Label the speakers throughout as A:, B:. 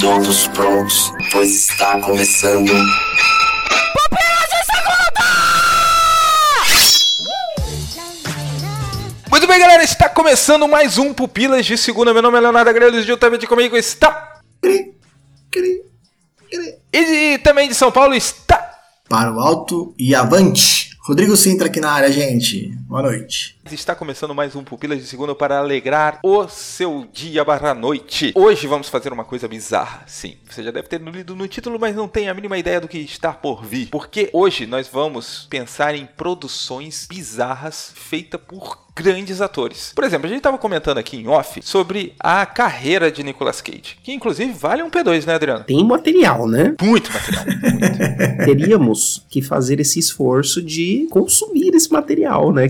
A: todos prontos, pois está começando.
B: Muito bem, galera, está começando mais um Pupilas de Segunda. Meu nome é Leonardo Agrelo, juntamente comigo está... E de- também de São Paulo está...
C: Para o alto e avante. Rodrigo Sintra aqui na área, gente. Boa noite.
B: Está começando mais um Pupilas de Segunda para alegrar o seu dia barra noite. Hoje vamos fazer uma coisa bizarra, sim. Você já deve ter lido no título, mas não tem a mínima ideia do que está por vir. Porque hoje nós vamos pensar em produções bizarras feitas por grandes atores. Por exemplo, a gente estava comentando aqui em off sobre a carreira de Nicolas Cage, que inclusive vale um P2, né, Adriano?
D: tem material, né?
B: Muito material.
D: Teríamos que fazer esse esforço de consumir esse material, né?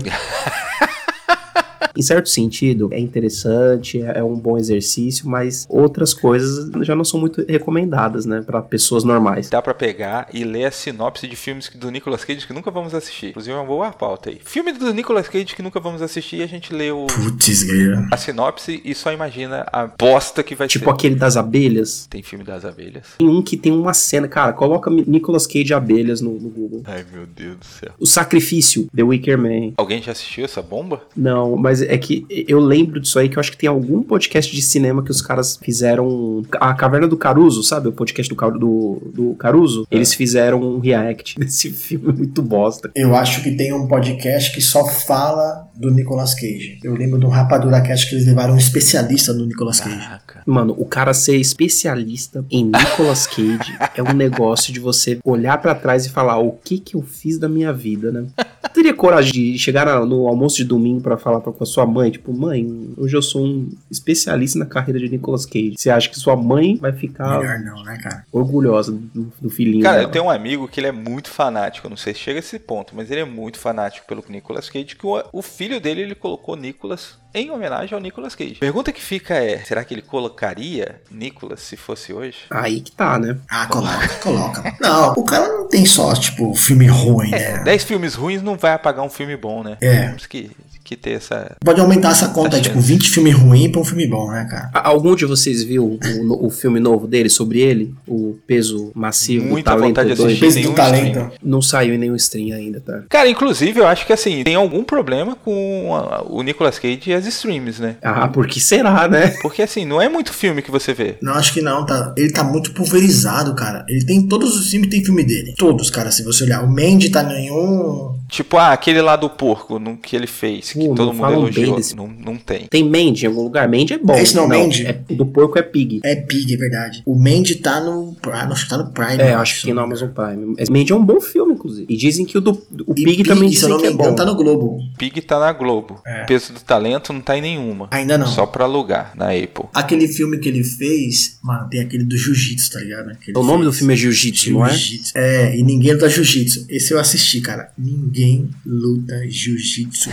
D: Em certo sentido, é interessante, é é um bom exercício, mas outras coisas já não são muito recomendadas, né, Pra pessoas normais. Tipo
B: Dá pra pegar e ler a sinopse de filmes do Nicolas Cage que nunca vamos assistir. Inclusive é uma boa pauta aí. Filme do Nicolas Cage que nunca vamos assistir e a gente lê o-
C: Putz, grila.
B: a sinopse e só imagina a bosta que vai
D: Tipo
B: ser.
D: aquele das abelhas.
B: Tem filme das abelhas?
D: Tem um que tem uma cena, cara, coloca Nicolas Cage e abelhas no, no Google.
B: Ai meu Deus do céu.
D: O Sacrifício, The Wicker Man.
B: Alguém já assistiu essa bomba?
D: Não, mas é que eu lembro disso aí, que eu acho que tem algum podcast de cinema que os caras fizeram. A Caverna do Caruso, sabe? O podcast do, Caru- do, do Caruso.
B: É.
D: Eles fizeram um react desse filme muito bosta.
C: Eu acho que tem um podcast que só fala do Nicolas Cage. Eu lembro do Rapadura Cast que eles levaram um especialista do Nicolas Cage.
B: Caraca.
D: Mano, o Ah, cara ser especialista em Nicolas Cage é um negócio de você olhar pra trás e falar o que que eu fiz da minha vida, né? Eu teria coragem de chegar na- no almoço de domingo pra falar pra, com a sua mãe, tipo, mãe, hoje eu sou um especialista na carreira de Nicolas Cage. Você acha que sua mãe vai ficar
C: Melhor não, né, cara?
D: orgulhosa do, do filhinho.
B: Cara,
D: dela.
B: eu tenho um amigo que ele é muito fanático, eu não sei se chega a esse ponto, mas ele é muito fanático pelo Nicolas Cage, que o, o filho dele ele colocou Nicolas em homenagem ao Nicolas Cage. Pergunta que fica é, será que ele colocaria Nicolas se fosse hoje?
D: Aí que tá, né?
C: Ah, coloca, coloca. Não, o cara não tem só, tipo, filme ruim, né?
B: 10 filmes ruins não vai apagar um filme bom, né?
C: É.
B: Temos que, que ter essa.
C: Pode aumentar essa conta, aí, tipo, 20 filmes ruins pra um filme bom, né, cara?
D: A- Algum de vocês viu o, no- o filme novo dele sobre ele? O Peso Massivo,
B: Muita
D: Talento
B: vontade de
D: dois?
B: assistir.
C: Peso
B: nenhum
C: do talento.
B: streaming.
D: Não saiu em nenhum stream ainda, tá?
B: Cara, inclusive, eu acho que assim, tem algum problema com a- o Nicolas Cage e as streams, né?
D: Ah, por que será, né?
B: Porque assim, não é muito filme que você vê.
C: Não, acho que não, tá? Ele tá muito pulverizado, cara. Ele tem todos os filmes, tem filme dele. Todos, cara, se você olhar. O Mandy tá nenhum.
B: Tipo, ah, aquele lá do porco no, que ele fez, que
D: Uh,
B: todo
D: não
B: mundo
D: falam bem
B: elogiou.
D: desse-
B: Não, não tem.
D: Tem Mandy em algum lugar? Mandy é bom.
C: Esse não é Mandy?
D: é- do porco é Pig.
C: É Pig, é verdade. O Mandy tá no. Ah, acho que tá no Prime.
D: É,
C: eu
D: acho que tem no Amazon Prime. Mas Mandy é um bom filme, inclusive. E dizem que o do o
C: E
D: Pig, também
C: se eu
D: dizem
C: não
D: que
C: me
D: é bom.
C: engano, tá no Globo.
B: Pig tá na Globo.
C: É.
B: Peso do talento não tá em nenhuma.
C: Ainda não.
B: Só pra alugar na Apple.
C: Aquele filme que ele fez, mano, tem aquele do Jiu-Jitsu, tá ligado? Aquele
D: O nome do
C: fez-
D: filme é Jiu-Jitsu, não é?
C: Jiu-Jitsu. É, e ninguém luta jiu-jitsu. Esse eu assisti, cara. Ninguém luta jiu-jitsu.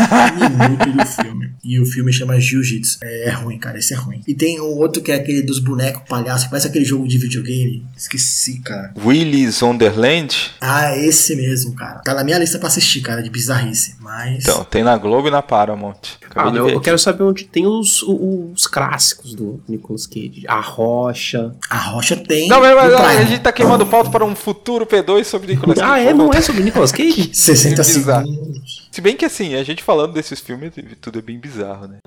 C: Um minuto do filme. E o filme chama Jiu-Jitsu. É, é ruim, cara. Esse é ruim. E tem um outro que é aquele dos bonecos palhaço. que Parece aquele jogo de videogame. Esqueci, cara.
B: Willy's Wonderland?
C: Ah, esse mesmo, cara. Tá na minha lista pra assistir, cara, de bizarrice. Mas.
B: Então, tem na Globo e na Paramount. Acabei
D: Ah,
B: de
D: eu,
B: ver
D: eu
B: aqui.
D: quero saber onde tem os, o- os clássicos do Nicolas Cage. A Rocha.
C: A Rocha tem. um
B: Não, mas, mas,
C: no
B: a
C: Prime.
B: gente tá queimando pauta para um futuro P2 sobre Nicolas Cage.
D: Ah, é?
B: Vamos
D: Não é sobre Nicolas Cage?
C: 60
B: Bizarro.
C: segundos.
B: Se bem que assim, a gente falando desses filmes, tudo é bem bizarro, né?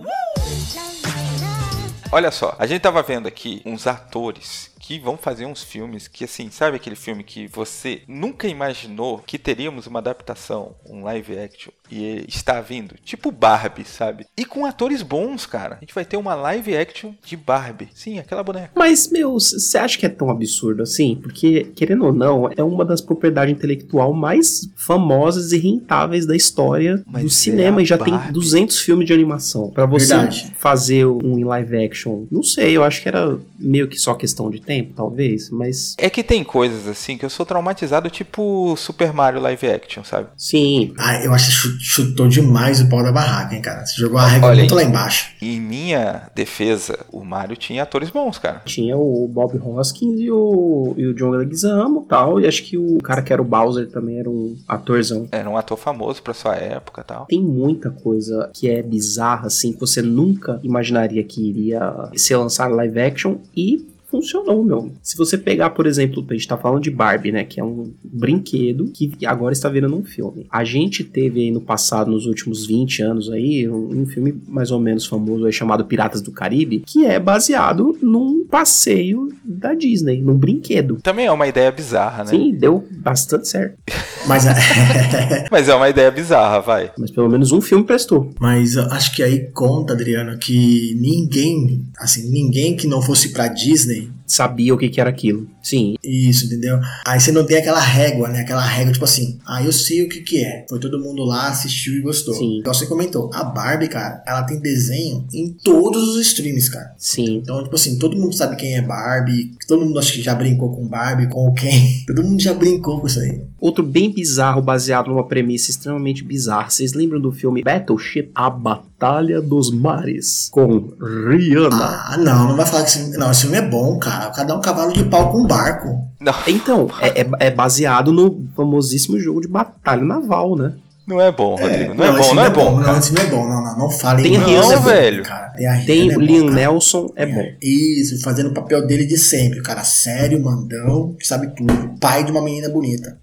B: Olha só, a gente tava vendo aqui uns atores que vão fazer uns filmes que, assim, sabe aquele filme que você nunca imaginou que teríamos uma adaptação, um live action, e está vindo? Tipo Barbie, sabe? E com atores bons, cara. A gente vai ter uma live action de Barbie. Sim, aquela boneca.
D: Mas, meu, você acha que é tão absurdo assim? Porque, querendo ou não, é uma das propriedades intelectual mais famosas e rentáveis da história
B: Mas
D: do
B: é
D: cinema. E já
B: a Barbie.
D: tem 200 filmes de animação. Pra você
C: Verdade.
D: fazer um em live action, não sei, eu acho que era meio que só questão de tempo, talvez. Mas,
B: É que tem coisas assim que eu sou traumatizado, tipo Super Mario live action, sabe?
D: sim,
C: Ah, eu acho que chu- chutou demais o pau da barraca, hein, cara. Você jogou a regra
B: Olha
C: muito
B: aí.
C: lá embaixo.
B: Em minha defesa, o Mario tinha atores bons, cara.
D: tinha o Bob Hoskins e o, e o John Leguizamo e tal. E acho que o cara que era o Bowser também era um atorzão.
B: Era um ator famoso pra sua época e tal.
D: Tem muita coisa que é bizarra, assim, que você nunca imaginaria que iria ser lançado live action e funcionou, meu. Se você pegar, por exemplo, a gente tá falando de Barbie, né? Que é um brinquedo que agora está virando um filme. A gente teve aí no passado, nos últimos 20 anos aí, um, um filme mais ou menos famoso aí chamado Piratas do Caribe, que é baseado num passeio da Disney, num brinquedo.
B: Também é uma ideia bizarra, né?
D: Sim, deu bastante certo.
C: Mas,
B: Mas é uma ideia bizarra, vai.
D: Mas pelo menos um filme prestou.
C: mas eu acho que aí conta, Adriano, que ninguém, assim, ninguém que não fosse pra Disney
D: Sabia o que, que era aquilo. Sim.
C: Isso, entendeu? Aí você não tem aquela régua, né? Aquela régua, tipo assim, ah, eu sei o que que é. Foi todo mundo lá, assistiu e gostou.
D: Sim.
C: Então você comentou, a Barbie, cara, ela tem desenho em todos os streams, cara.
D: Sim.
C: Então, tipo assim, todo mundo sabe quem é Barbie, todo mundo acho que já brincou com Barbie, com o Ken. Todo mundo já brincou com isso aí.
D: Outro bem bizarro, baseado numa premissa extremamente bizarra. Vocês lembram do filme Battleship? A Batalha dos Mares, com Rihanna.
C: Ah, não, não vai falar que esse filme... Não, esse filme é bom, cara. Cada um cavalo de pau com um barco.
B: Não,
D: Então, é, é- é baseado no famosíssimo jogo de batalha naval, né?
B: não é bom, Rodrigo. Não, é
C: esse
B: bom, não é
C: filme
B: bom.
C: Não, esse filme é bom. Não, não, não falem.
D: Tem
C: não,
D: Rihanna,
C: esse é bom,
B: velho.
C: Cara. Tem, a
D: Tem
C: Rihanna, é bom,
D: Leon
C: cara.
D: Nelson, é bom.
C: Isso, fazendo o papel dele de sempre. O cara sério, mandão, que sabe tudo. Pai de uma menina bonita.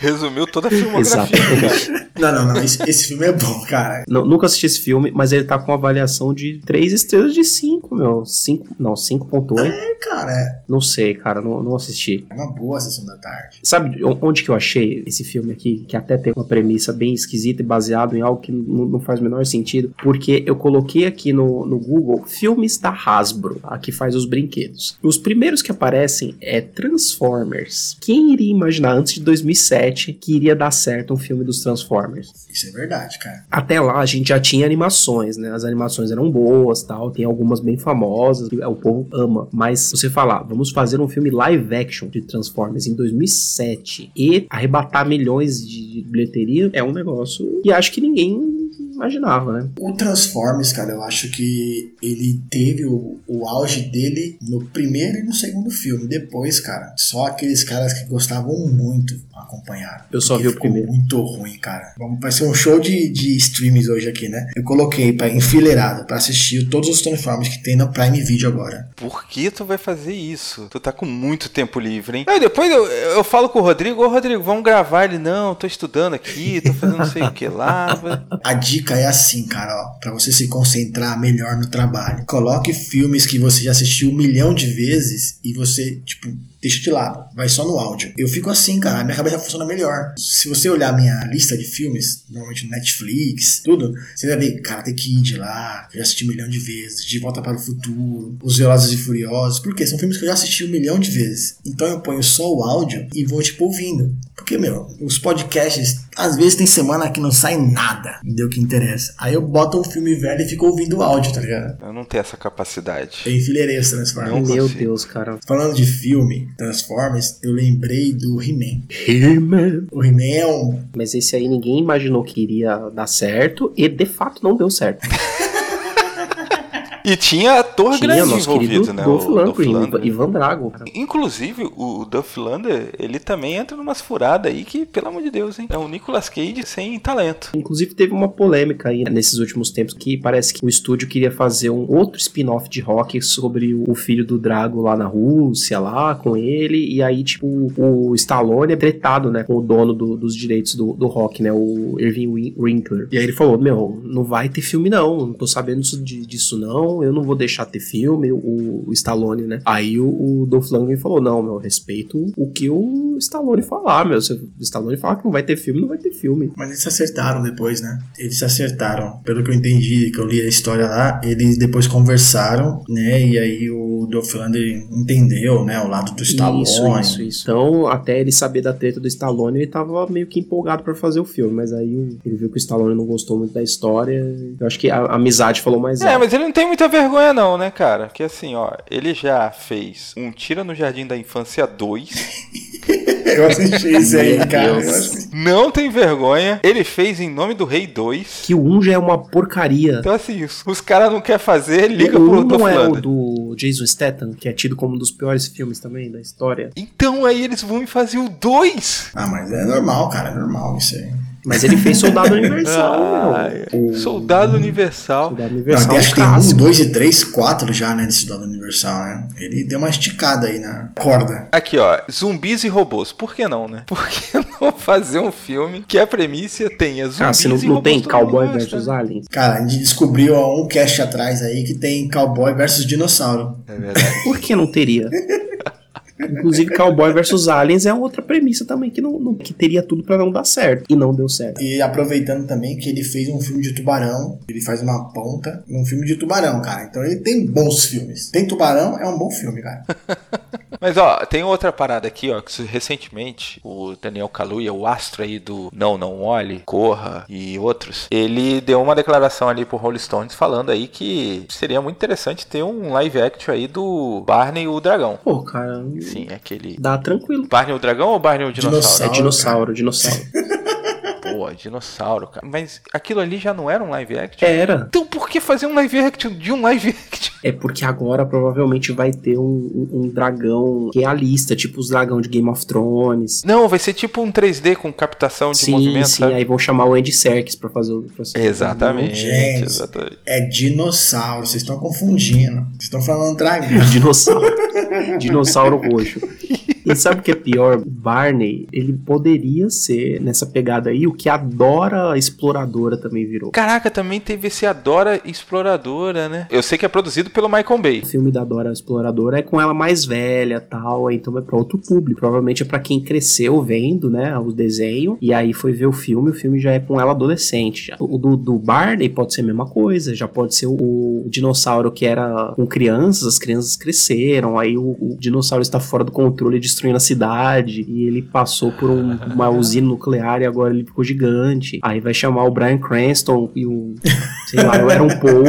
B: Resumiu toda a
C: é
B: filmografia.
D: Exatamente.
C: Não, não, não. Esse, esse filme é bom, cara.
D: Não, nunca assisti esse filme, mas ele tá com uma avaliação de 3 estrelas de 5, meu. 5, não, 5.8.
C: É, cara,
D: Não sei, cara, não, não assisti.
C: é uma boa sessão da tarde.
D: Sabe o- onde que eu achei esse filme aqui? Que até tem uma premissa bem esquisita e baseado em algo que não não faz o menor sentido. Porque eu coloquei aqui no, no Google filmes da Hasbro, a que faz os brinquedos. Os primeiros que aparecem é Transformers. Quem iria imaginar antes de 2007 que iria dar certo um filme dos Transformers?
C: Isso é verdade, cara.
D: Até lá a gente já tinha animações, né? As animações eram boas, tal, tem algumas bem famosas, que, é, o povo ama. Mas você falar, vamos fazer um filme live action de Transformers em 2007 e arrebatar milhões de de bilheteria é um negócio que acho que ninguém imaginava, né?
C: O Transformers, cara, eu acho que ele teve o, o auge dele no primeiro e no segundo filme. Depois, cara, só aqueles caras que gostavam muito acompanharam.
D: Eu só
C: Porque
D: vi o
C: ficou
D: primeiro.
C: Muito ruim, cara. Vamos, vai ser um show de, de streams hoje aqui, né? Eu coloquei pra enfileirado pra assistir todos os Transformers que tem no Prime Video agora.
B: Por que tu vai fazer isso? Tu tá com muito tempo livre, hein? Aí depois eu, eu falo com o Rodrigo, ô Rodrigo, vamos gravar ele. Não, tô estudando aqui, tô fazendo não sei o que lá.
C: A dica é assim, cara, ó, para você se concentrar melhor no trabalho. Coloque filmes que você já assistiu um milhão de vezes e você, tipo, deixa de lado, vai só no áudio. Eu fico assim, cara, minha cabeça funciona melhor. Se você olhar minha lista de filmes, normalmente no Netflix, tudo, você vai ver, cara, tem Kid lá, eu já assisti um milhão de vezes, De Volta para o Futuro, Os Velozes e Furiosos, porque são filmes que eu já assisti um milhão de vezes. Então eu ponho só o áudio e vou, tipo, ouvindo. Porque, meu, os podcasts, às vezes tem semana que não sai nada, deu que interessa. Aí eu boto um filme velho e fico ouvindo o áudio, tá ligado?
B: Eu não tenho essa capacidade.
C: Eu enfileirei os Transformers.
B: Não
D: Meu
B: consigo.
D: Deus, cara.
C: Falando de filme, Transformers, eu lembrei do He-Man. O He-Man é um.
D: Mas esse aí ninguém imaginou que iria dar certo e de fato não deu certo.
B: E tinha ator
D: Tinha
B: grande
D: nosso querido
B: envolvido, né?
D: Dolph
B: o
D: Lundgren,
B: Dolph Lundgren.
D: Ivan Drago. cara.
B: Inclusive, o Duff Lander, ele também entra numas furadas aí que, pelo amor de Deus, hein? É um Nicolas Cage sem talento.
D: Inclusive teve uma polêmica aí né, nesses últimos tempos que parece que o estúdio queria fazer um outro spin-off de rock sobre o filho do Drago lá na Rússia, lá com ele, e aí, tipo, o Stallone é tretado, né, com o dono do- dos direitos do, do rock, né, o Irving Win- Winkler. E aí ele falou, meu, não vai ter filme não, não tô sabendo disso, de- disso não, eu não vou deixar ter filme, o, o Stallone, né. Aí o, o Dolph Lundgren falou, não, meu, respeito o que o Stallone falar, meu, se o Stallone falar que não vai ter filme, não vai ter filme.
C: Mas eles se acertaram depois, né? Eles se acertaram. Pelo que eu entendi, que eu li a história lá, eles depois conversaram, né? E aí o Dolph Lundgren entendeu, né? O lado do Stallone.
D: Isso, isso, isso. Então, até ele saber da treta do Stallone, ele tava meio que empolgado pra fazer o filme, mas aí o- ele viu que o Stallone não gostou muito da história. Eu acho que a, a amizade falou mais
B: É,
D: alto.
B: mas ele não tem muita vergonha não, né, cara? Porque assim, ó, ele já fez um Tira no Jardim da Infância 2.
C: Eu assisti isso aí,
D: Meu
C: cara.
D: Deus.
C: Eu assisti.
B: Não tem vergonha. Ele fez em nome do Rei 2.
D: Que o 1 já é uma porcaria.
B: Então, assim, os, os caras não querem fazer, liga
D: o
B: pro
D: 1
B: Dolph
D: não é o
B: Lundgren.
D: do Jason Statham, que é tido como um dos piores filmes também da história.
B: Então aí eles vão e fazer o 2.
C: Ah, mas é normal, cara. É normal isso aí.
D: Mas ele fez Soldado Universal,
B: Ai,
D: meu. O-
B: Soldado Universal.
D: Soldado
C: Não,
D: Universal
C: tem,
D: é
C: acho
D: um
C: que tem um,
D: clássico.
C: dois e três, quatro já, né, nesse Soldado Universal, né? Ele deu uma esticada aí na corda.
B: Aqui, ó, zumbis e robôs. Por que não, né? Por que não fazer um filme que a premissa tenha zumbis
D: Ah, se não,
B: e
D: não
B: robôs?
D: tem
B: todo mundo gosta.
D: Cowboy
B: né?
C: né?
D: versus Aliens.
C: Cara, a gente descobriu há um cast atrás aí que tem cowboy versus dinossauro.
B: É verdade.
D: Por que não teria? Inclusive, Cowboy versus Aliens é outra premissa também que, não, não- que teria tudo pra não dar certo. E não deu certo.
C: E aproveitando também que ele fez um filme de tubarão, ele faz uma ponta num filme de tubarão, cara. Então ele tem bons filmes. Tem tubarão, é um bom filme, cara.
B: Mas, ó, tem outra parada aqui, ó, que se- recentemente o Daniel Kaluuya, o astro aí do Não, Não Olhe, Corra e outros, ele deu uma declaração ali pro Rolling Stones falando aí que seria muito interessante ter um live action aí do Barney e o Dragão.
D: Pô, cara,
B: Sim, é aquele...
D: dá tranquilo.
B: Barney o Dragão ou Barney o Dinossauro?
D: É dinossauro, dinossauro.
B: Pô, dinossauro, cara. Mas aquilo ali já não era um live action?
D: Era.
B: Então por que fazer um live action de um live action?
D: É porque agora provavelmente vai ter um, um- um dragão realista, tipo os dragão de Game of Thrones.
B: Não, vai ser tipo um 3D com captação de
D: sim,
B: movimento.
D: sim, é.
B: sabe?
D: aí vão chamar o Andy Serkis pra fazer o pra ser o
B: Exatamente,
C: Gente.
B: exatamente.
C: É dinossauro, vocês estão confundindo. Vocês estão falando dragão.
D: dragão. Dinossauro. Dinossauro roxo. E sabe o que é pior? Barney, ele poderia ser nessa pegada aí o que adora exploradora também virou.
B: Caraca, também teve esse Adora Exploradora, né? Eu sei que é produzido pelo Michael Bay.
D: O filme da Dora Exploradora é com ela mais velha tal, então é pra outro público. Provavelmente é pra quem cresceu vendo, né, o desenho, e aí foi ver o filme, o filme já é com ela adolescente. já. O do, do Barney pode ser a mesma coisa, já pode ser o, o dinossauro que era com crianças, as crianças cresceram, aí o, o dinossauro está fora do controle, destruindo a cidade, e ele passou por um- uma usina nuclear e agora ele ficou gigante. Aí vai chamar o Brian Cranston e o, sei lá, eu era um Paul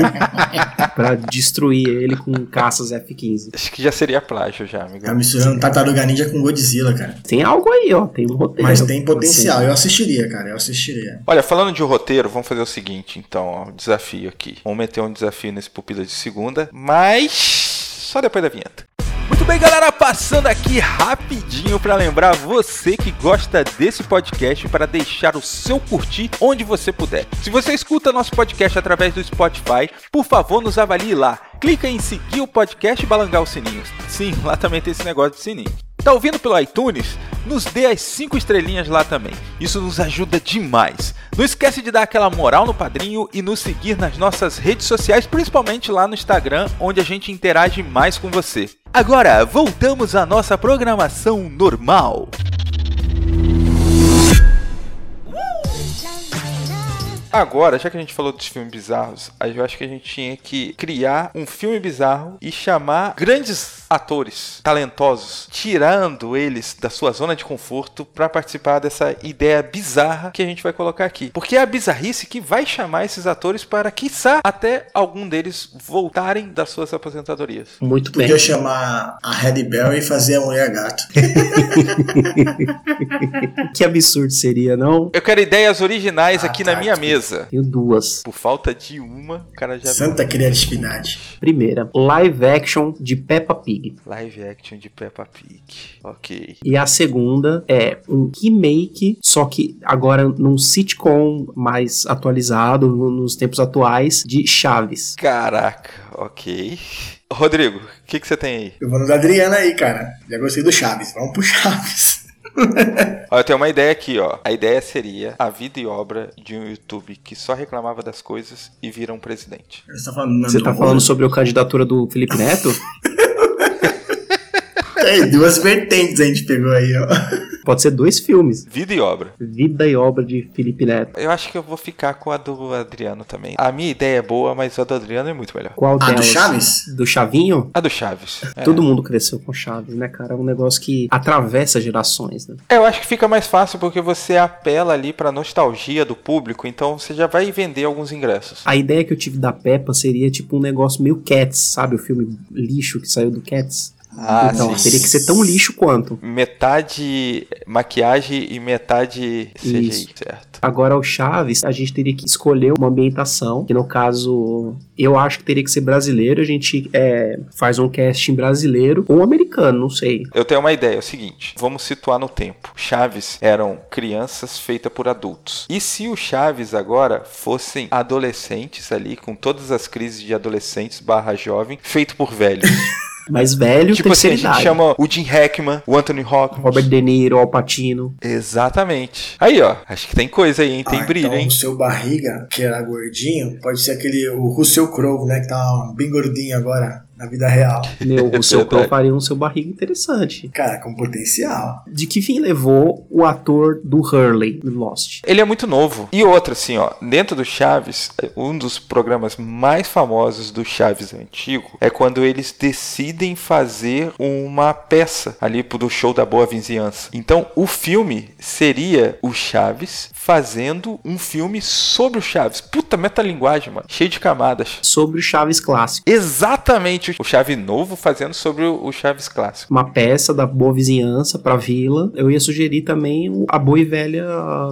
D: pra destruir ele com caças F-15.
B: Acho que já seria plágio já, amigo.
C: Tá misturando Tartaruga Ninja com Godzilla, cara.
D: Tem algo aí, ó, tem um roteiro.
C: Mas tem
D: Pode
C: potencial.
D: ser.
C: Eu assistiria, cara. Eu assistiria.
B: Olha, falando de roteiro, vamos fazer o seguinte, então, ó, um desafio aqui. Vamos meter um desafio nesse pupila de segunda, mas só depois da vinheta. Muito bem, galera, passando aqui rapidinho para lembrar você que gosta desse podcast para deixar o seu curtir onde você puder. Se você escuta nosso podcast através do Spotify, por favor, nos avalie lá. Clica em seguir o podcast e balangar o sininho. Sim, lá também tem esse negócio de sininho. Tá ouvindo pelo iTunes? Nos dê as 5 estrelinhas lá também. Isso nos ajuda demais. Não esquece de dar aquela moral no padrinho e nos seguir nas nossas redes sociais, principalmente lá no Instagram, onde a gente interage mais com você. Agora, voltamos à nossa programação normal. Agora, já que a gente falou dos filmes bizarros, aí eu acho que a gente tinha que criar um filme bizarro e chamar grandes atores talentosos, tirando eles da sua zona de conforto pra participar dessa ideia bizarra que a gente vai colocar aqui. Porque é a bizarrice que vai chamar esses atores para, quiçá, até algum deles voltarem das suas aposentadorias.
D: Assim, Muito bem.
C: Podia chamar a Halle Berry e fazer a Mulher Gato.
D: Que absurdo seria, não?
B: Eu quero ideias originais
C: Ah,
B: aqui
C: tá,
B: na minha
C: desculpa.
B: mesa.
D: Tenho duas.
B: Por falta de uma, o cara já
C: Santa criatividade.
D: Primeira, live action de Peppa Pig.
B: Live action de Peppa Pig. Ok.
D: E a segunda é um remake, só que agora num sitcom mais atualizado, no- nos tempos atuais, de Chaves.
B: Caraca, ok. Rodrigo, o que, que você tem aí?
C: Eu vou no da Adriana aí, cara. Já gostei do Chaves. Vamos pro Chaves.
B: Ó, eu tenho uma ideia aqui, ó. A ideia seria a vida e obra de um YouTube que só reclamava das coisas e vira um presidente.
C: Você tá falando.
D: Você tá falando sobre a candidatura do Felipe Neto?
C: Tem duas vertentes a gente pegou aí, ó.
D: Pode ser dois filmes.
B: Vida e obra.
D: Vida e obra de Felipe Neto.
B: Eu acho que eu vou ficar com a do Adriano também. A minha ideia é boa, mas a do Adriano é muito melhor.
D: Qual
C: Ah, do
D: delas?
C: Chaves?
D: Do Chavinho?
B: A do Chaves. É.
D: Todo mundo cresceu com Chaves, né, cara? É um negócio que atravessa gerações, né?
B: É, eu acho que fica mais fácil porque você apela ali pra nostalgia do público, então você já vai vender alguns ingressos.
D: A ideia que eu tive da Peppa seria tipo um negócio meio Cats, sabe? O filme lixo que saiu do Cats.
B: Ah,
D: então,
B: sim.
D: teria que ser tão lixo quanto.
B: Metade maquiagem e metade CGI,
D: Isso.
B: certo?
D: Agora, o Chaves, a gente teria que escolher uma ambientação, que no caso, eu acho que teria que ser brasileiro. A gente é, faz um casting brasileiro ou americano, não sei.
B: Eu tenho uma ideia, é o seguinte, vamos situar no tempo. Chaves eram crianças feitas por adultos. E se o Chaves agora fossem adolescentes ali, com todas as crises de adolescentes barra jovem, feito por velhos?
D: Mas velho,
B: tipo assim, a
D: terceira
B: gente
D: idade.
B: chama o Jim Hackman, o Anthony Hopkins.
D: Robert De Niro, Al Pacino.
B: Exatamente. Aí, ó, acho que tem coisa aí, hein? Tem
C: Ah,
B: brilho,
C: então
B: hein?
C: O seu barriga, que era gordinho, pode ser aquele o Russell Crowe, né? Que tá bem gordinho agora na vida real.
D: Meu, o seu
B: É Verdade.
D: Crow faria um seu barriga interessante.
C: Cara, com potencial.
D: De que fim levou o ator do Hurley no Lost?
B: Ele é muito novo. E outra, assim, ó, dentro do Chaves, um dos programas mais famosos do Chaves antigo é quando eles decidem fazer uma peça ali pro- do show da Boa Vizinhança. Então, o filme seria o Chaves fazendo um filme sobre o Chaves. Puta metalinguagem, mano. Cheio de camadas.
D: Sobre o Chaves clássico.
B: Exatamente o Chaves novo fazendo sobre o o Chaves clássico.
D: Uma peça da boa vizinhança pra vila. Eu ia sugerir também o- a boa e velha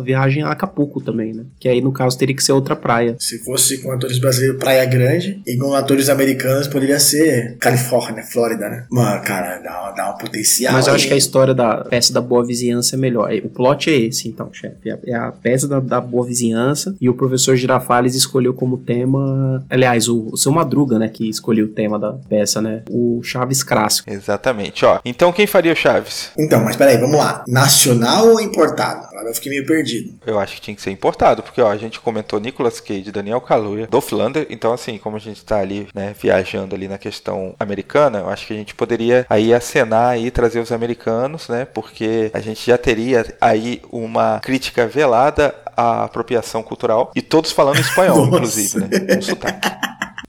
D: viagem a Acapulco também, né? Que aí, no caso, teria que ser outra praia.
C: Se fosse com atores brasileiros, Praia Grande, e com atores americanos, poderia ser Califórnia, Flórida, né? Mano, cara, dá, dá um potencial.
D: Mas eu
C: hein?
D: acho que é a história da peça da boa vizinhança é melhor. O plot é esse, então, chefe. É a- É a peça da, da boa vizinhança e o professor Girafales escolheu como tema. Aliás, o, o seu Madruga, né? Que escolheu o tema da peça, né? O Chaves clássico.
B: Exatamente, ó. Então quem faria o Chaves?
C: Então, mas peraí, vamos lá. Nacional ou importado? Agora eu fiquei meio perdido.
B: Eu acho que tinha que ser importado, porque ó, a gente comentou Nicolas Cage, Daniel Kaluuya, Dolph Lundgren, então assim, como a gente tá ali, né, viajando ali na questão americana, eu acho que a gente poderia aí acenar aí, trazer os americanos, né, porque a gente já teria aí uma crítica velada à apropriação cultural, e todos falando espanhol,
C: Nossa.
B: inclusive, né, com sotaque.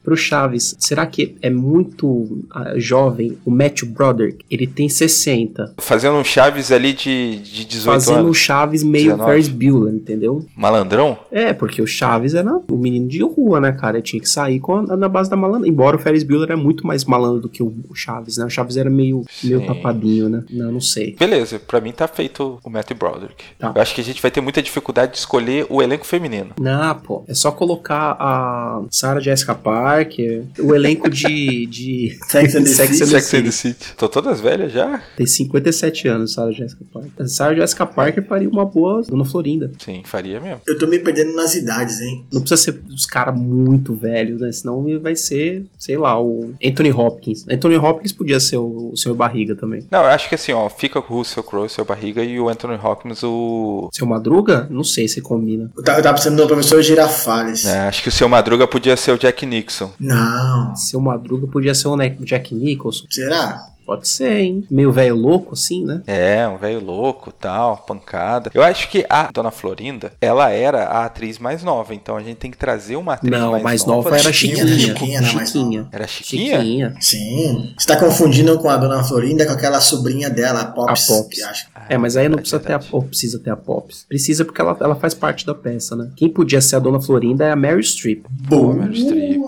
D: Pro Chaves, será que é muito ah, jovem o Matthew Broderick? Ele tem 60.
B: Fazendo um Chaves ali de, de 18
D: Fazendo um o
B: anos.
D: Chaves meio
B: 19.
D: Ferris Bueller, entendeu?
B: Malandrão?
D: É, porque o Chaves era o menino de rua, né, cara? Ele tinha que sair com a- na base da malandra. Embora o Ferris Bueller é muito mais malandro do que o o Chaves, né? O Chaves era meio, meio
B: Sim.
D: tapadinho, né? Não, não sei.
B: Beleza, pra mim tá feito o Matthew Broderick.
D: Tá.
B: Eu acho que a gente vai ter muita dificuldade de escolher o elenco feminino.
D: Não, pô. É só colocar a Sarah Jessica Parker, o elenco de. de...
C: Sex and the
D: Sex
C: City.
D: and the
B: Sex and the City. Tô todas velhas já?
D: Tem 57 anos, Sarah Jessica Parker. A Sarah Jessica Parker faria uma boa Dona Florinda.
B: Sim, faria mesmo.
C: Eu tô me perdendo nas idades, hein?
D: Não precisa ser os caras muito velhos, né? Senão vai ser, sei lá, o Anthony Hopkins. Anthony Hopkins podia ser o, o Sr. Barriga também.
B: Não, eu acho que assim, ó, fica com o Russell Crowe, seu barriga, e o Anthony Hopkins, o.
D: Seu Madruga? Não sei se combina.
C: Eu tava, eu tava pensando no professor Girafales.
B: É, acho que o seu Madruga podia ser o Jack Nixon.
C: Não.
D: Seu Madruga podia ser o Ne- Jack Nicholson.
C: Será?
D: Pode ser, hein? Meio velho louco, assim, né?
B: É, um velho louco, tal, pancada. Eu acho que a Dona Florinda, ela era a atriz mais nova, então a gente tem que trazer uma atriz
D: Não,
B: mais,
D: mais, nova, era
C: Chiquinha,
D: Chiquinha.
C: né? Chiquinha
D: Chiquinha.
C: era mais
B: Era Chiquinha?
D: Chiquinha.
C: Sim. Você tá confundindo com a dona Florinda com aquela sobrinha dela, a Pops.
D: A Pops.
C: que acho-
B: Ah,
D: É, mas aí não
B: verdade,
D: precisa ter a,
B: verdade.
D: ou precisa ter a Pops. Precisa porque ela, ela faz parte da peça, né? Quem podia ser a Dona Florinda é a Mary Streep.
B: Boa,
C: Boa.
B: Meryl Streep.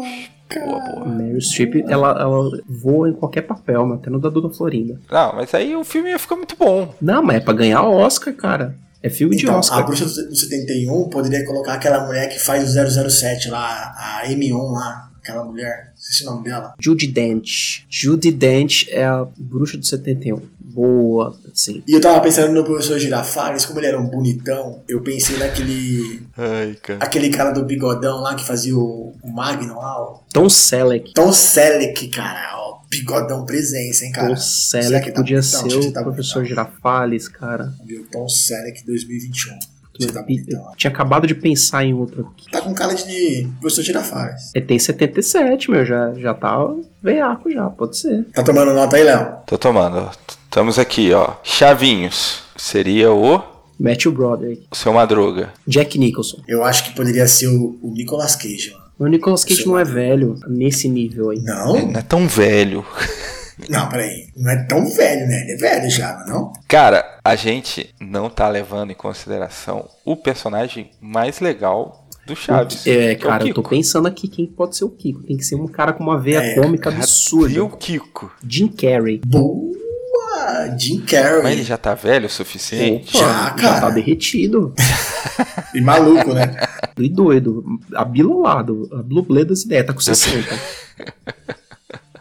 B: Boa, boa.
D: Mary Streep, ela, ela voa em qualquer papel, né? até no da Dona Florinda.
B: Não, mas aí o filme ia ficar muito bom.
D: Não, mas é pra ganhar Oscar, cara. É filme de
C: Então, a
D: Oscar.
C: bruxa do 71 poderia colocar aquela mulher que faz o 007 lá, a M1 lá, aquela mulher. Esqueci o nome dela.
D: Judy Dench. Judy Dench é a bruxa do 71. Boa, assim.
C: E eu tava pensando no professor Girafales, como ele era um bonitão, eu pensei naquele.
B: Ai, cara.
C: aquele cara do bigodão lá que fazia o, o Magnum lá, o
D: Tom Selleck.
C: Tom Selleck, cara, ó, bigodão presença, hein, cara.
D: Tom
C: será
D: Selleck
C: que tá
D: podia
C: bonitão?
D: ser
C: Acho
D: o
C: que tá
D: professor
C: bonitão.
D: Girafales, cara.
C: Viu? Tom Selleck 2021. Você tá
D: Eu
C: bonitão. ó.
D: tinha acabado de pensar em outro aqui.
C: Tá com cara de professor Girafales.
D: Ele tem 77, meu. Já, já tá veiaco já, pode ser.
C: Tá tomando nota aí, Léo?
B: Tô tomando. ó. Estamos aqui, ó. Chavinhos. Seria o.
D: Matthew Broderick.
B: O seu Madruga.
D: Jack Nicholson.
C: Eu acho que poderia ser o, o Nicolas Cage, mano.
D: O Nicolas Cage
C: Sim.
D: não é velho nesse nível aí.
C: Não?
B: Não é tão velho.
C: Não, peraí. Não é tão velho, né? Ele é velho já, não é não?
B: Cara, a gente não tá levando em consideração o personagem mais legal do do Chaves.
D: É,
B: que o
D: cara, eu tô
B: Kiko.
D: pensando aqui quem pode ser o Kiko. Tem que ser um cara com uma veia
C: É,
D: cômica
B: E
D: absurda.
B: o Kiko?
D: Jim Carrey.
C: Boa! Jim Carrey.
B: Mas ele já tá velho o suficiente?
C: Opa.
D: já,
C: Ah,
D: já tá
C: cara.
D: derretido.
C: E maluco, né?
D: E doido. Abilolado. A Blublê das ideias. Tá com 60.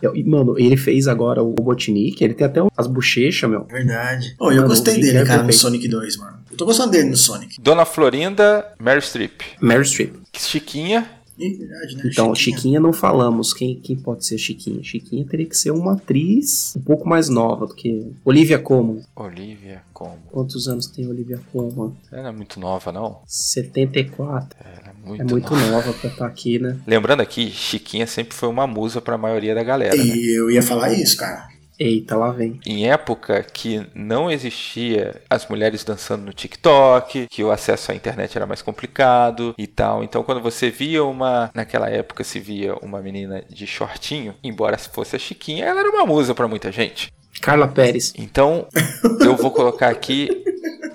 D: Eu- e, Mano, ele fez agora o Robotnik, ele tem até um, as bochechas, meu.
C: Verdade. Oh, eu
D: Mano, o
C: gostei
D: Jim
C: dele,
D: Carrey
C: cara, no
D: perfeito.
C: Sonic 2, mano. Eu tô gostando dele no Sonic.
B: Dona Florinda, Mary Streep.
D: Meryl Streep.
B: Chiquinha,
C: Ih, verdade, né?
D: Então, Chiquinha. não falamos. Quem, quem pode ser Chiquinha? Chiquinha teria que ser uma atriz um pouco mais nova do que. Olivia Colman.
B: Olivia, como?
D: Quantos anos tem Olivia Colman?
B: Ela não é muito nova, não?
D: 74.
B: Ela é muito,
D: É muito
B: nova.
D: nova pra estar aqui, né?
B: Lembrando aqui, Chiquinha sempre foi uma musa pra maioria da galera, né?
C: E eu ia falar isso, cara.
D: Eita, lá vem.
B: Em época que não existia as mulheres dançando no TikTok, que o acesso à internet era mais complicado e tal. Então, quando você via uma. Naquela época se via uma menina de shortinho, embora fosse a Chiquinha, ela era uma musa pra muita gente.
D: Carla Pérez.
B: Então, eu vou colocar aqui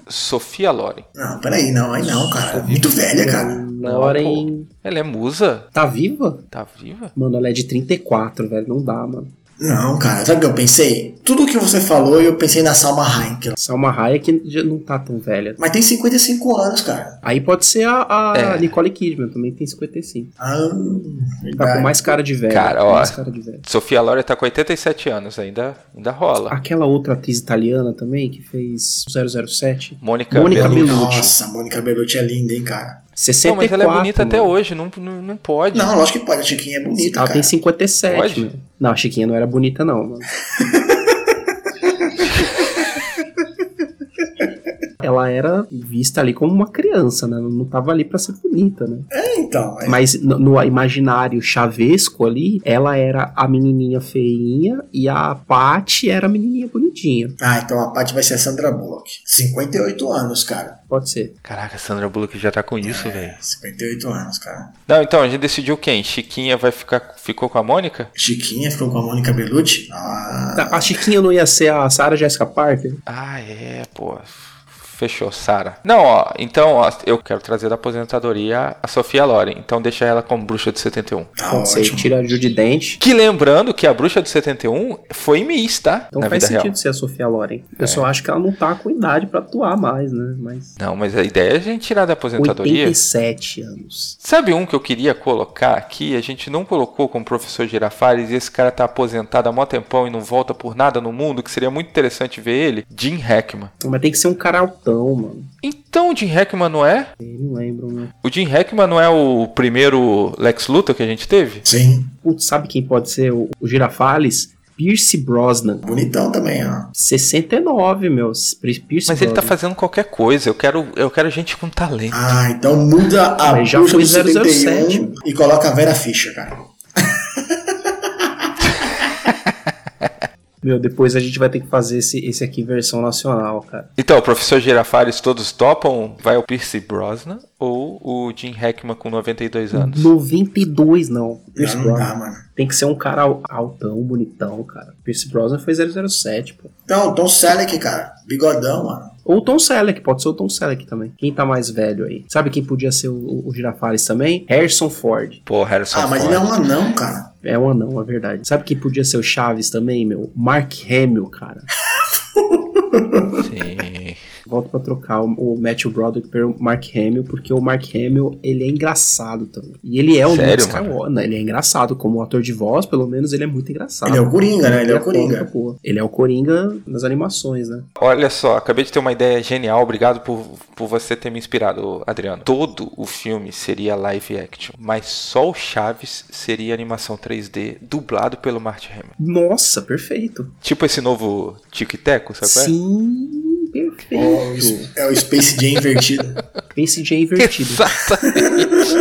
B: Sofia Loren.
C: Não, peraí, não, aí não, cara. Muito velha, cara.
D: Lauren.
B: Ela é musa?
D: Tá viva?
B: Tá viva?
D: Mano, ela é de 34, velho. Não dá, mano.
C: Não, cara, sabe o que eu pensei? Tudo que você falou, eu pensei na Salma Hayek.
D: Salma Hayek que já não tá tão velha.
C: Mas tem 55 anos, cara.
D: Aí pode ser a, a
B: É.
D: Nicole Kidman, também tem 55.
C: Ah,
D: Tá
C: verdade.
D: com mais cara de velha.
B: Cara,
D: com
B: ó.
D: Mais cara de velha.
B: Sofia Loren tá com 87 anos, ainda, ainda rola.
D: Aquela outra atriz italiana também, que fez 007.
B: Mônica,
D: Mônica
B: Bellucci.
D: Bellucci.
C: Nossa, a Mônica Bellucci é linda, hein, cara.
D: 64.
B: Não, mas ela é bonita
D: mano.
B: até hoje, não, não, não pode.
C: Não, lógico que pode, a Chiquinha é bonita,
D: Ela
C: cara.
D: tem 57.
B: Pode?
D: Mano. Não, a Chiquinha não era bonita, não, mano. ela era vista ali como uma criança, né? Não tava ali pra ser bonita, né?
C: É, então. é.
D: Mas no, no imaginário chavesco ali, ela era a menininha feinha e a Paty era a menininha bonitinha.
C: Ah, então a Paty vai ser a Sandra Bullock. 58 anos, cara.
D: Pode ser.
B: Caraca, Sandra Bullock já tá com isso, velho.
C: 58 anos, cara.
B: Não, então, a gente decidiu quem? Chiquinha vai ficar, ficou com a Mônica?
C: Chiquinha ficou com a Mônica Bellucci? Ah,
D: Tá, A Chiquinha não ia ser a Sarah Jessica Parker?
B: Ah, é, pô. Fechou, Sara. Não, ó, então, ó, eu quero trazer da aposentadoria a Sofia Loren. Então deixa ela como bruxa de 71.
C: tá
D: Pode ser.
C: ótimo.
D: Tira a Judy Dente.
B: Que lembrando que a bruxa de 71 foi Miss, tá?
D: Então
B: Na
D: faz
B: vida
D: sentido
B: real.
D: ser a Sofia Loren.
C: É.
D: Eu só acho que ela não tá com idade pra atuar mais, né? Mas.
B: Não, mas a ideia é a gente tirar da aposentadoria.
D: 87 anos.
B: Sabe um que eu queria colocar aqui? A gente não colocou como professor Girafales e esse cara tá aposentado há mó tempão e não volta por nada no mundo, que seria muito interessante ver ele. Jim Hackman.
D: Mas tem que ser um cara altão, mano.
B: Então o Jim Hackman não é?
D: Eu não lembro, né?
B: O Jim Hackman não é o primeiro Lex Luthor que a gente teve?
C: Sim,
D: Putz, sabe quem pode ser o, o Girafales? Pierce Brosnan.
C: bonitão também, ó.
D: 69, meu. Pierce Pierce
B: Mas ele tá
D: Brosnan.
B: fazendo qualquer coisa. Eu quero, eu quero gente com talento.
C: Ah, então muda a
D: Mas já
C: bruxa
D: foi
C: do
D: 007.
C: 71 e coloca a Vera Fischer, cara.
D: Meu, depois a gente vai ter que fazer esse, esse aqui em versão nacional, cara.
B: Então, o professor Girafales, todos topam? Vai o Pierce Brosnan ou o Jim Hackman com 92 anos?
D: 92, não. Pierce
C: Não, não
D: Brosnan.
C: dá, mano.
D: Tem que ser um cara al- altão, bonitão, cara. Pierce Brosnan foi 007, pô.
C: Então, Tom Selleck, cara. Bigodão, mano.
D: Ou o Tom Selleck, pode ser o Tom Selleck também. Quem tá mais velho aí? Sabe quem podia ser o, o Girafales também? Harrison Ford.
B: Pô, Harrison
C: ah, mas
B: Ford.
C: ele é um anão, cara.
D: É um anão, é verdade. Sabe quem podia ser o Chaves também, meu? Mark Hamill, cara.
B: Sim.
D: Volto pra trocar o, o Matthew Broderick pelo Mark Hamill, porque o Mark Hamill, ele é engraçado também. E ele é o
B: Sério,
D: Luke
B: mano?
D: Skywalker. né? Ele é engraçado. Como ator de voz, pelo menos, ele é muito engraçado.
C: Ele é o Coringa, né? Ele é o
D: a
C: Coringa.
D: Coringa, pô. Ele é o Coringa nas animações, né?
B: Olha só, acabei de ter uma ideia genial. Obrigado por, por você ter me inspirado, Adriano. Todo o filme seria live action, mas só o Chaves seria animação 3D dublado pelo Martin Hamill.
D: Nossa, perfeito.
B: Tipo esse novo Tico e Teco, sabe qual é?
D: Sim, perfeito.
C: É o Space Jam invertido.
D: Pense de invertido.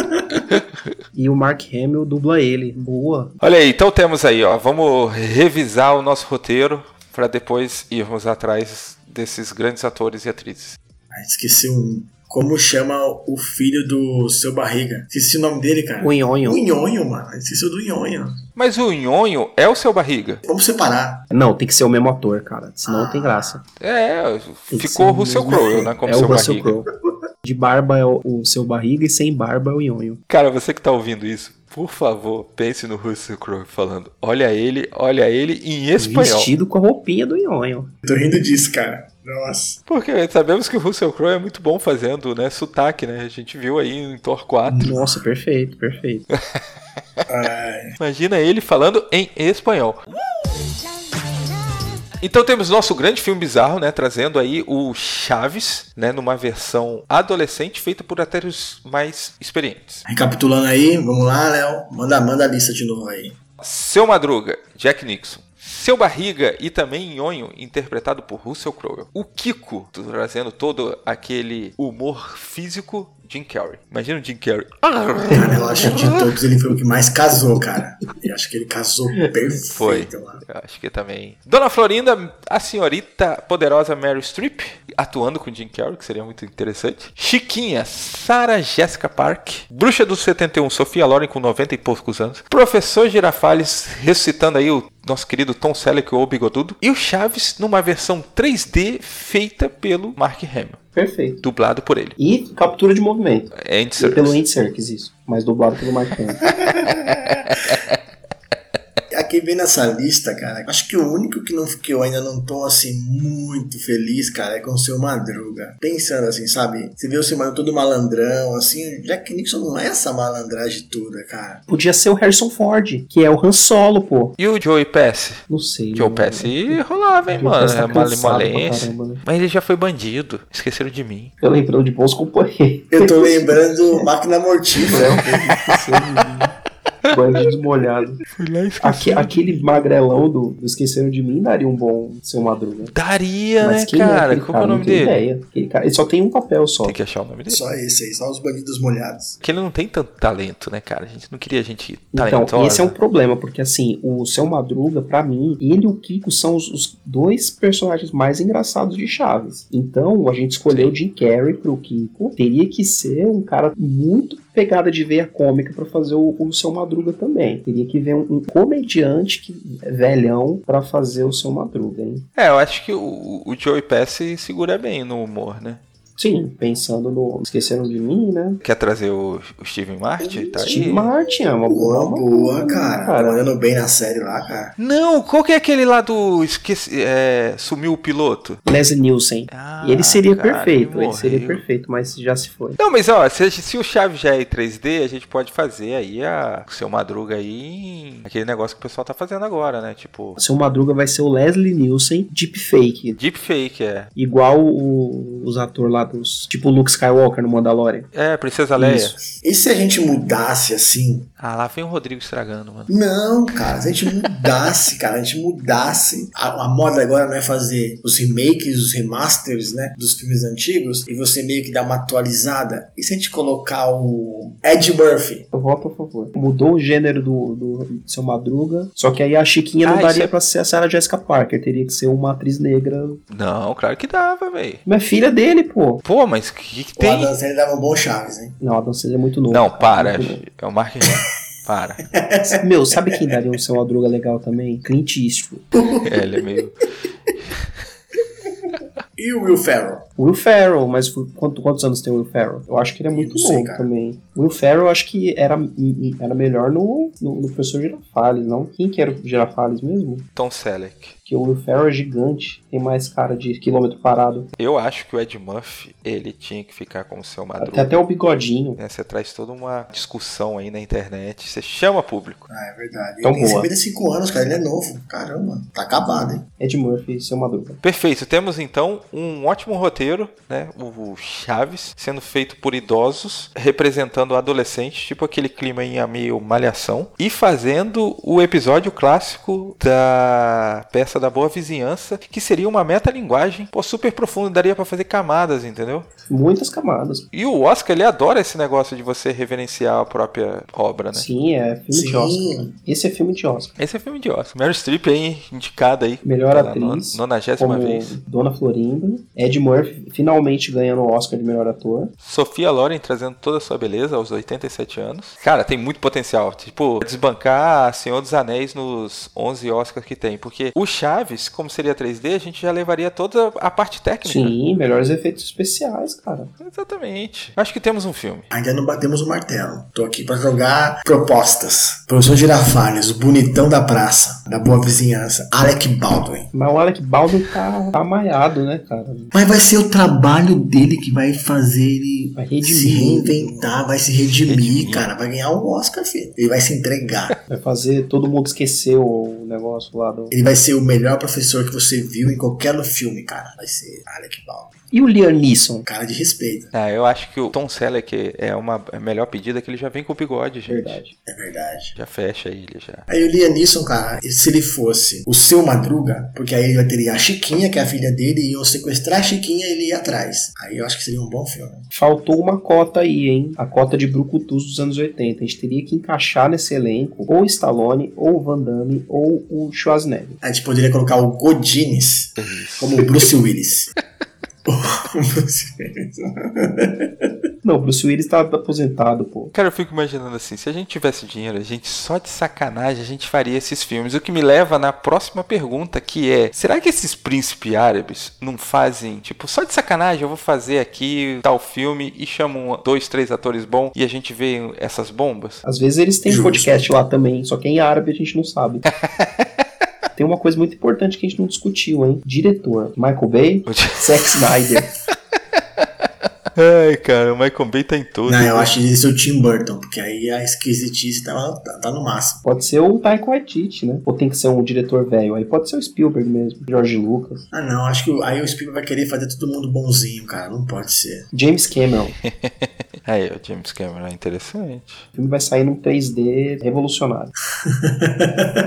D: E o Mark Hamill dubla ele. Boa.
B: Olha aí, então temos aí, ó. Vamos revisar o nosso roteiro para depois irmos atrás desses grandes atores e atrizes.
C: Ah, esqueci um. Como chama o filho do seu barriga? Esqueci o nome dele, cara.
D: O Nhonho.
C: O Nhonho, mano. Esqueci o do Nhonho.
B: Mas o Nhonho é o seu barriga.
C: Vamos separar.
D: Não, tem que ser o mesmo Ah. ator, cara. Senão não tem graça.
B: É,
D: Tem que
B: ficou
D: ser
B: Russell
D: o mesmo
B: Crowe,
D: ator.
B: né? Como
D: é
B: seu
D: o Russell
B: barriga.
D: Crowe. De barba é o, o seu barriga e sem barba é o Yonho.
B: Cara, você que tá ouvindo isso, por favor, pense no Russell Crowe falando: olha ele, olha ele em espanhol.
D: Vestido com a roupinha do Yonho.
C: Tô rindo disso, cara. Nossa.
B: Porque sabemos que o Russell Crowe é muito bom fazendo, né, sotaque, né? A gente viu aí em Thor 4.
D: Nossa, perfeito, perfeito.
C: Ai.
B: Imagina ele falando em espanhol. Então temos nosso grande filme bizarro, né? Trazendo aí o Chaves, né? Numa versão adolescente feita por até os mais experientes.
C: Recapitulando aí, vamos lá, Léo. Manda, manda a lista de novo aí.
B: Seu Madruga, Jack Nixon. Seu Barriga e também Nhonho, interpretado por Russell Crowe. O Kiko, trazendo todo aquele humor físico, Jim Carrey. Imagina o Jim Carrey.
C: Cara, eu acho que de todos ele foi o que mais casou, cara. Eu acho que ele casou perfeito
B: Foi.
C: lá.
B: Eu acho que também. Dona Florinda, a senhorita poderosa Mary Streep, atuando com Jim Carrey, que seria muito interessante. Chiquinha, Sarah Jessica Park. Bruxa dos 71, Sofia Loren, com 90 e poucos anos. Professor Girafales, ressuscitando aí o nosso querido Tom Selleck, o Bigodudo. E o Chaves, numa versão 3D feita pelo Mark Hamill,
D: Perfeito.
B: dublado por ele.
D: E captura de movimento.
B: É
D: E pelo
B: Andy
D: Andy Serkis, isso. Mas dublado pelo Mark Hamill.
C: Aqui vem nessa lista, cara. Acho que o único que, não, que eu ainda não tô, assim, muito feliz, cara, é com o seu Madruga. Pensando assim, sabe? Você vê o seu Madruga todo malandrão, assim. Jack Nixon não é essa malandragem toda, cara.
D: Podia ser o Harrison Ford, que é o Han Solo, pô.
B: E o Joey Pass?
D: Não sei.
B: Joe
D: mano.
B: Pass e rolava, hein,
D: Joe
B: mano.
D: Pesci tá
B: É
D: cansado pra
B: malemolência.
D: caramba, né?
B: Mas ele já foi bandido. Esqueceram de mim.
D: Eu lembrando de bons companheiros.
C: Eu tô lembrando Máquina Mortífera.
D: Bandidos molhados.
B: Fui lá e
D: Aque, aquele magrelão do, do Esqueceram de Mim daria um bom seu madruga.
B: Daria, né,
D: é
B: cara?
D: aquele
B: Qual que é o
D: Não
B: nome
D: tenho
B: dele?
D: ideia. Aquele cara- ele só tem um papel só.
B: Tem que achar o nome dele.
C: Só esse aí, só os bandidos molhados.
B: Porque ele não tem tanto talento, né, cara? A gente não queria gente
D: Então,
B: talentosa.
D: esse é um problema, porque assim, o Seu Madruga, pra mim, ele e o Kiko são os, os dois personagens mais engraçados de Chaves. Então, a gente escolheu o Jim Carrey pro Kiko. Teria que ser um cara muito pegada de veia cômica pra fazer o, o Seu Madruga também. Teria que ver um, um comediante que, velhão pra fazer o Seu Madruga, hein?
B: É, eu acho que o, o Joey Pass se segura bem no humor, né?
D: Sim, pensando no Esqueceram de Mim, né?
B: Quer trazer o, o Steven Martin? Tá aí?
D: Steve Martin é uma
C: Boa,
D: boa. né, uma
C: boa, cara. Tá mandando bem na série lá, cara.
B: Não, qual que é aquele lá do. Esqueci, é, sumiu o piloto?
D: Leslie Nielsen.
B: Ah,
D: E ele seria
B: cara,
D: perfeito, ele seria
B: morreu.
D: perfeito, mas já se foi.
B: Não, mas ó, se, se o Chaves já é em 3D, a gente pode fazer aí a, o seu Madruga aí. em- Aquele negócio que o pessoal tá fazendo agora, né? Tipo,
D: Seu Madruga vai ser o Leslie Nielsen, deepfake.
B: deepfake, é.
D: Igual o- os atores lá dos. Tipo o Luke Skywalker no Mandalorian.
B: É, Princesa Leia.
D: Isso.
C: E se a gente mudasse, assim?
B: Ah, lá vem o Rodrigo estragando, mano.
C: Não, cara. Se a gente mudasse, cara. A gente mudasse. A, a moda agora não é fazer os remakes, os remasters, né? Dos filmes antigos. E você meio que dá uma atualizada. E se a gente colocar o Ed Murphy?
D: Eu voto a favor. Mudou o gênero do, do Seu Madruga. Só que aí a Chiquinha
B: Ah,
D: não
B: isso
D: daria
B: é-
D: pra ser a Sarah Jessica Parker. Teria que ser uma atriz negra.
B: Não, claro que dava, velho.
D: Mas é filha dele, pô.
B: Pô, mas o que, que
C: O
B: tem?
C: Adam Sandler dava um bom Chaves, hein?
D: Não, a dançarina é muito novo.
B: Não,
D: cara,
B: para.
D: muito novo.
B: É o Mark Hamill. Para.
D: Meu, sabe quem daria um Seu Madruga legal também? Clint Eastwood.
B: É, ele é meio.
C: E o Will Ferrell?
D: Will Ferrell, mas quanto- quantos anos tem o Will Ferrell? Eu acho que ele é muito
C: Não sei,
D: novo
C: cara.
D: também. O Will Ferrell eu acho que era, hum, era melhor no, no, no Professor Girafales, não? Quem que era o Girafales mesmo?
B: Tom Selleck.
D: Porque o Will Ferrell é gigante, tem mais cara de quilômetro parado.
B: Eu acho que o Ed Murphy, ele tinha que ficar com o seu
D: Tem
B: Madruga.
D: até o bigodinho.
B: Né, Você traz toda uma discussão aí na internet. Você chama público.
C: Ah, é verdade.
D: Então,
C: ele tem
D: boa.
C: 55 anos, cara. Ele é novo. Caramba. Tá acabado, hein?
D: Ed Murphy, seu madruga.
B: Perfeito, temos então um ótimo roteiro, né? O Chaves sendo feito por idosos, representando adolescentes, tipo aquele clima em meio malhação, e fazendo o episódio clássico da peça da Boa Vizinhança, que seria uma metalinguagem, pô, super profunda, daria pra fazer camadas, entendeu?
D: Muitas camadas.
B: E o Oscar, ele adora esse negócio de você reverenciar a própria obra, né?
D: Sim, é filme de Oscar. Esse é filme de Oscar.
B: Esse é filme de Oscar. Meryl Streep aí, indicada aí.
D: Melhor
B: pela
D: atriz,
B: non- Nonagésima
D: Como
B: é vez.
D: Dona Florinda. Ed Murphy finalmente ganhando o Oscar de melhor ator.
B: Sofia Loren trazendo toda a sua beleza aos 87 anos. Cara, tem muito potencial. Tipo, desbancar Senhor dos Anéis nos 11 Oscars que tem. Porque o Chaves, como seria 3D, a gente já levaria toda a parte técnica.
D: Sim, melhores efeitos especiais, cara.
B: Exatamente. Acho que temos um filme.
C: Ainda não batemos o martelo. Tô aqui pra jogar propostas. Professor Girafales, o bonitão da praça, da boa vizinhança, Alec Baldwin.
D: Mas o Alec Baldwin tá, tá amaiado, né, cara?
C: Mas vai ser o trabalho dele que vai fazer ele
D: Vai
C: se
D: redimir.
C: reinventar, vai se redimir,
B: Redimir.
C: cara. Vai ganhar um Oscar, filho. Ele vai se entregar.
D: Vai É fazer todo mundo esquecer o negócio lá do.
C: Ele vai ser o melhor professor que você viu em qualquer filme, cara. Vai ser Alec Baldwin. Um
D: E o Liam Neeson?
C: Cara de respeito.
B: Ah, eu acho que o Tom Selleck é uma é a melhor pedida que ele já vem com o bigode, gente.
D: Verdade.
C: É verdade.
B: Já fecha ele já.
C: Aí o Lianisson, cara, se ele fosse o seu Madruga, porque aí ele vai teria a Chiquinha, que é a filha dele, e iam sequestrar a Chiquinha e ele ia atrás. Aí eu acho que seria um bom filme.
D: Faltou uma cota aí, hein? A cota de Brucutus dos anos 80. A gente teria que encaixar nesse elenco ou o Stallone, ou o Van Damme, ou o Schwarzenegger.
C: A gente poderia colocar o Godines como o Bruce Willis. O Bruce Willis.
D: Não, o Bruce Willis tá aposentado, pô.
B: Cara, eu fico imaginando assim, se a gente tivesse dinheiro, a gente só de sacanagem a gente faria esses filmes. O que me leva na próxima pergunta, que é: será que esses príncipes árabes não fazem, tipo, só de sacanagem eu vou fazer aqui tal filme e chamam dois, três atores bons e a gente vê essas bombas?
D: Às vezes eles têm um
C: Justo.
D: podcast lá também, só que em árabe a gente não sabe. Tem uma coisa muito importante que a gente não discutiu, hein? Diretor. Michael Bay, Zack Snyder.
B: Ai, cara, o Michael Bay tá em tudo.
C: Não, eu acho que esse é o Tim Burton, porque aí a esquisitice tá, tá, tá no máximo.
D: Pode ser o Taika Waititi, né? Ou tem que ser um diretor velho. Aí pode ser o Spielberg mesmo, George Lucas.
C: Ah, não, acho que o- aí o Spielberg vai querer fazer todo mundo bonzinho, cara. Não pode ser.
D: James Cameron.
B: Aí, o James Cameron é interessante.
D: O filme vai sair num 3D revolucionário.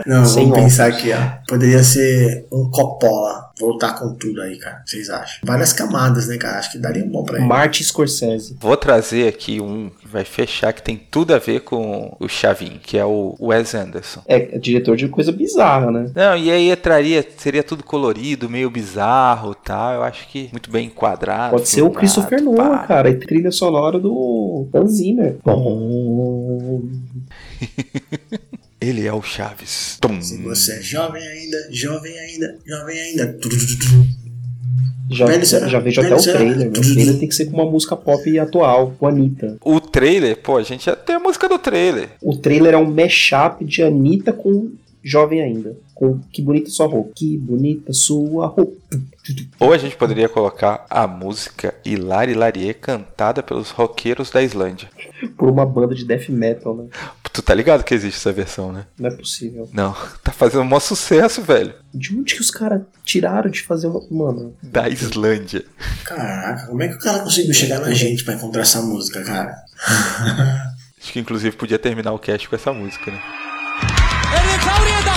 C: Não,
D: Sem
C: vamos
D: óculos.
C: pensar aqui, ó. Poderia ser um Coppola. Voltar com tudo aí, cara. Vocês acham? Várias camadas, né, cara? Acho que daria um bom pra ele.
D: Martin Scorsese.
B: Vou trazer aqui um que vai fechar, que tem tudo a ver com o Chavin, que é o Wes Anderson.
D: É, é diretor de coisa bizarra, né?
B: Não, e aí entraria, seria tudo colorido, meio bizarro e tal. Eu acho que muito bem enquadrado.
D: Pode ser o
B: filmado,
D: Christopher Nolan,
B: pá.
D: cara. E trilha sonora do Dan Zimmer. Bom.
B: Ele é o Chaves. Tum.
C: Se você é jovem ainda, jovem ainda, jovem ainda. Tu, tu, tu, tu.
D: Já,
C: Velho, será?
D: já vejo até
C: Velho,
D: o
C: será? Uhum.
D: trailer. né? O trailer tem que ser com uma música pop atual, com Anitta.
B: O trailer, pô, a gente já tem a música do trailer.
D: O trailer é um mashup de Anitta com Jovem Ainda. Com Que Bonita Sua Roupa. Que Bonita Sua Roupa.
B: Ou a gente poderia colocar a música Hilari Larie cantada pelos roqueiros da Islândia.
D: Por uma banda de death metal, né?
B: Tu tá ligado que existe essa versão, né?
D: Não é possível.
B: Não, tá fazendo um maior sucesso, velho.
D: De onde que os caras tiraram de fazer uma. Mano,
B: Da Islândia.
C: Caraca, como é que o cara conseguiu chegar na gente pra encontrar essa música, cara?
B: Acho que inclusive podia terminar o cast com essa música, né?
E: Er þið klárið þetta?